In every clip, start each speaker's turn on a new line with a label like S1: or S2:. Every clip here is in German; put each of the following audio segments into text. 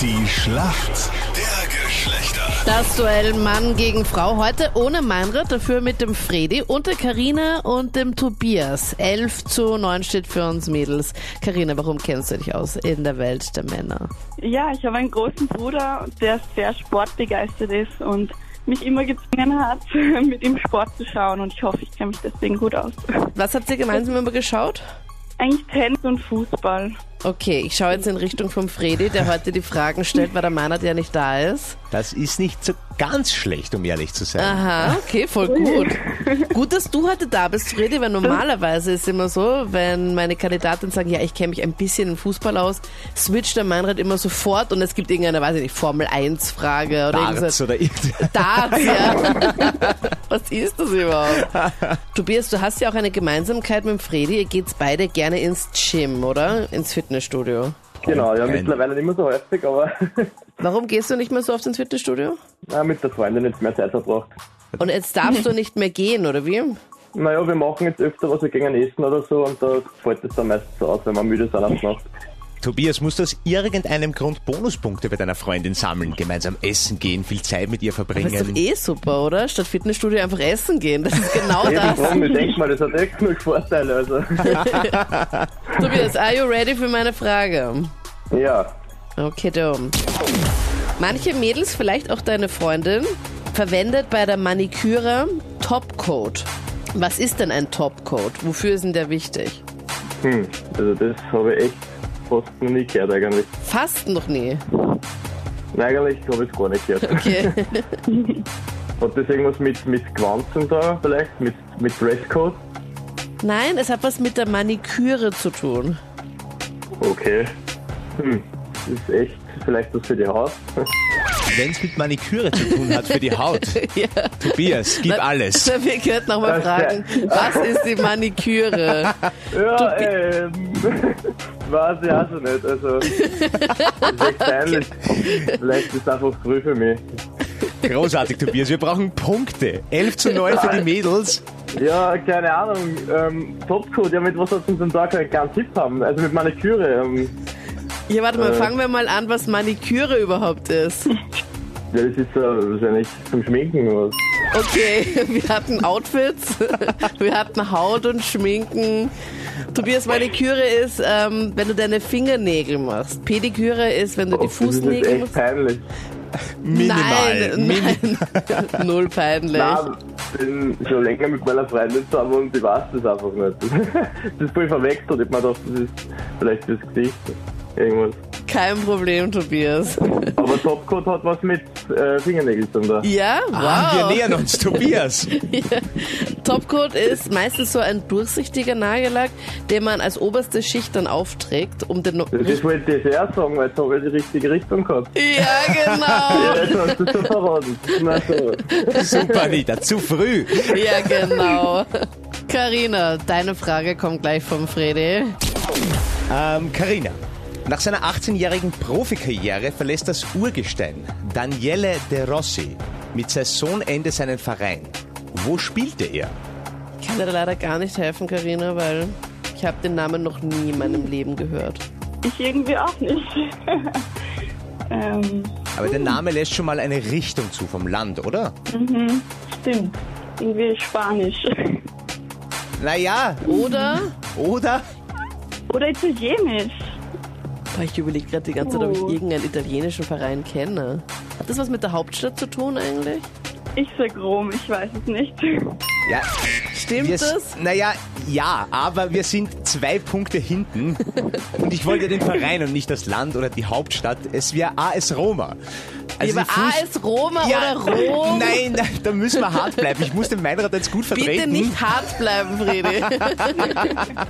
S1: Die Schlacht der Geschlechter.
S2: Das Duell Mann gegen Frau heute ohne Meinrad, dafür mit dem Fredi und der Karina und dem Tobias. 11 zu 9 steht für uns Mädels. Karina, warum kennst du dich aus in der Welt der Männer?
S3: Ja, ich habe einen großen Bruder, der sehr sportbegeistert ist und mich immer gezwungen hat, mit ihm Sport zu schauen und ich hoffe, ich kenne mich deswegen gut aus.
S2: Was habt ihr gemeinsam immer geschaut?
S3: Eigentlich Tennis und Fußball.
S2: Okay, ich schaue jetzt in Richtung vom Fredi, der heute die Fragen stellt, weil der Meinrad ja nicht da ist.
S4: Das ist nicht so ganz schlecht, um ehrlich zu sein.
S2: Aha, Ah, okay, voll gut. Gut, dass du heute da bist, Fredi, weil normalerweise ist immer so, wenn meine Kandidaten sagen, ja, ich kenne mich ein bisschen im Fußball aus, switcht der Meinrad immer sofort und es gibt irgendeine, weiß ich nicht, Formel-1-Frage oder irgendwas.
S4: Darts oder irgendein.
S2: Darts, ja. Was ist das überhaupt? Tobias, du hast ja auch eine Gemeinsamkeit mit dem Fredi. Ihr geht's beide gerne ins Gym, oder? Ins Fitnessstudio.
S5: Genau, ja,
S4: Kein-
S5: mittlerweile nicht mehr so häufig, aber
S2: Warum gehst du nicht mehr so oft ins Fitnessstudio?
S5: na, mit der Freundin jetzt mehr Zeit verbracht.
S2: Und jetzt darfst du nicht mehr gehen, oder wie?
S5: Naja, wir machen jetzt öfter was wir gegen Essen oder so und da fällt es dann meistens aus, wenn wir müde sind am Nacht.
S4: Tobias, musst du aus irgendeinem Grund Bonuspunkte bei deiner Freundin sammeln, gemeinsam essen gehen, viel Zeit mit ihr
S2: Das ist doch
S4: verbringen.
S2: eh super, oder? Statt Fitnessstudio einfach essen gehen. Das ist genau
S5: Eben
S2: das.
S5: drum, ich denke mal, das hat echt genug Vorteile, also.
S2: Tobias, are you ready für meine Frage?
S5: Ja,
S2: Okay, dumm. Manche Mädels, vielleicht auch deine Freundin, verwendet bei der Maniküre Topcoat. Was ist denn ein Topcoat? Wofür ist denn der wichtig?
S5: hm, also das habe ich echt fast noch nie gehört eigentlich.
S2: Fast noch nie.
S5: Nein, eigentlich habe ich es gar nicht gehört.
S2: Okay.
S5: Hat das irgendwas mit, mit Quanten da vielleicht, mit, mit Dresscode?
S2: Nein, es hat was mit der Maniküre zu tun.
S5: Okay. Hm, das ist echt vielleicht was für die Haut.
S2: eh-
S4: Wenn es mit Maniküre zu tun hat für die Haut. Tobias, gib alles.
S2: Wir könnten nochmal fragen, was ist die Maniküre?
S5: Ja, ähm, weiß ich auch so nicht. Also, das ist echt peinlich. Vielleicht ist es einfach früh für mich.
S4: Großartig, Tobias. Wir brauchen Punkte. 11 zu 9 für die Mädels.
S5: Ja, keine Ahnung. Ähm, Topcode, ja, mit was hat uns denn da keinen kleinen Tipp haben? Also mit Maniküre. Ähm,
S2: Ja, warte mal,
S5: Äh.
S2: fangen wir mal an, was Maniküre überhaupt ist.
S5: ja, das ist ja wahrscheinlich zum Schminken oder was.
S2: Okay, wir hatten Outfits, wir hatten Haut und Schminken. Tobias, Maniküre ist, ähm, wenn du deine Fingernägel machst. Pediküre ist, wenn du die
S5: Oh, das ist jetzt
S2: Fußnägel
S5: echt
S2: machst.
S5: peinlich.
S4: Minimal.
S2: Nein, nein. Null peinlich.
S5: Nein, ich bin schon länger mit meiner Freundin zusammen und die weiß das einfach nicht. Das ist voll verwechselt. Ich hab mir gedacht, das ist vielleicht das Gesicht. Irgendwas.
S2: Kein Problem, Tobias.
S5: Aber Topcode hat was mit äh, Fingernägeln zu tun. da.
S2: Ja, wow.
S4: Ah, wir nähern uns, Tobias.
S2: Topcoat ist meistens so ein durchsichtiger Nagellack, den man als oberste Schicht dann aufträgt, um den... No
S5: Das ist wollte ich erst sagen, weil jetzt habe ich die richtige Richtung gehabt.
S2: ja, genau.
S5: Ja, jetzt hast du es schon verraten. Na so.
S4: Super, Anita. Zu früh.
S2: Ja, genau. Karina, deine Frage kommt gleich vom Fredi.
S4: Ähm, Carina. Nach seiner 18-jährigen Profikarriere verlässt das Urgestein Daniele De Rossi mit Saisonende seinen Verein. Wo spielte er?
S2: Ich kann dir da leider gar nicht helfen, Karina, weil ich habe den Namen noch nie in meinem Leben gehört.
S3: Ich irgendwie auch nicht. ähm,
S4: Aber
S2: Uh.
S4: der Name lässt schon mal eine Richtung zu vom Land, oder?
S3: stimmt. Irgendwie Spanisch.
S4: Naja,
S2: Oder?
S4: oder?
S3: Oder Italienisch.
S2: Boah, ich überlege gerade die ganze Zeit, ob ich
S3: Oh.
S2: irgendeinen italienischen Verein kenne. Hat das was mit der Hauptstadt zu tun eigentlich?
S3: Ich sag Rom, ich weiß es nicht.
S4: Ja,
S2: Stimmt
S4: wir,
S2: das?
S4: Naja, ja, aber wir sind zwei Punkte hinten. Und ich wollte den Verein und nicht das Land oder die Hauptstadt. Es wäre AS Roma. Also
S2: Über
S4: die Fuß-
S2: A ist Roma
S4: Ja,
S2: oder Rom?
S4: Nein, nein, da müssen wir hart bleiben. Ich muss den Meinrad jetzt gut vertreten.
S2: Bitte nicht hart bleiben, Fredi.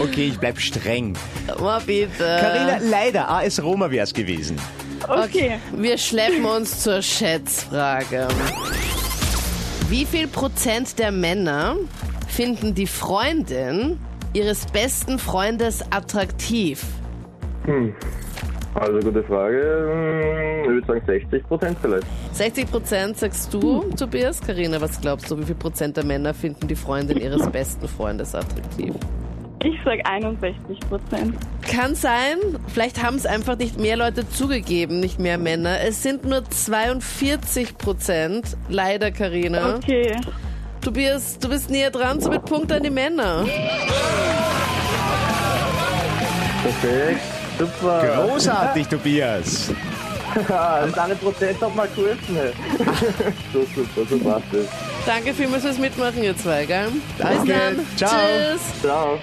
S4: Okay, ich bleib streng.
S2: Mal bitte.
S4: Karina, leider, AS Roma wär's gewesen.
S3: Okay.
S2: Wir schleppen uns zur Schätzfrage. Wie viel Prozent der Männer finden die Freundin ihres besten Freundes attraktiv?
S5: Also gute Frage. Hm, Ich würde sagen 60 Prozent vielleicht.
S2: 60 Prozent sagst du, Tobias. Karina, was glaubst du, wie viel Prozent der Männer finden die Freundin ihres besten Freundes attraktiv?
S3: Ich sag 61 Prozent.
S2: Kann sein, vielleicht haben es einfach nicht mehr Leute zugegeben, nicht mehr Männer. Es sind nur 42 Prozent. Leider, Karina.
S3: Okay.
S2: Tobias, du bist näher dran, somit Punkt an die Männer.
S5: Perfekt.
S2: Äh.
S5: Super.
S4: Großartig, Tobias.
S5: Ja, das andere Prozent hat mal geholfen. hey. so super, so passt es.
S2: Danke vielmals fürs Mitmachen, ihr zwei, gell? Bis
S4: Danke,
S2: dann.
S4: ciao.
S2: Tschüss.
S5: Ciao.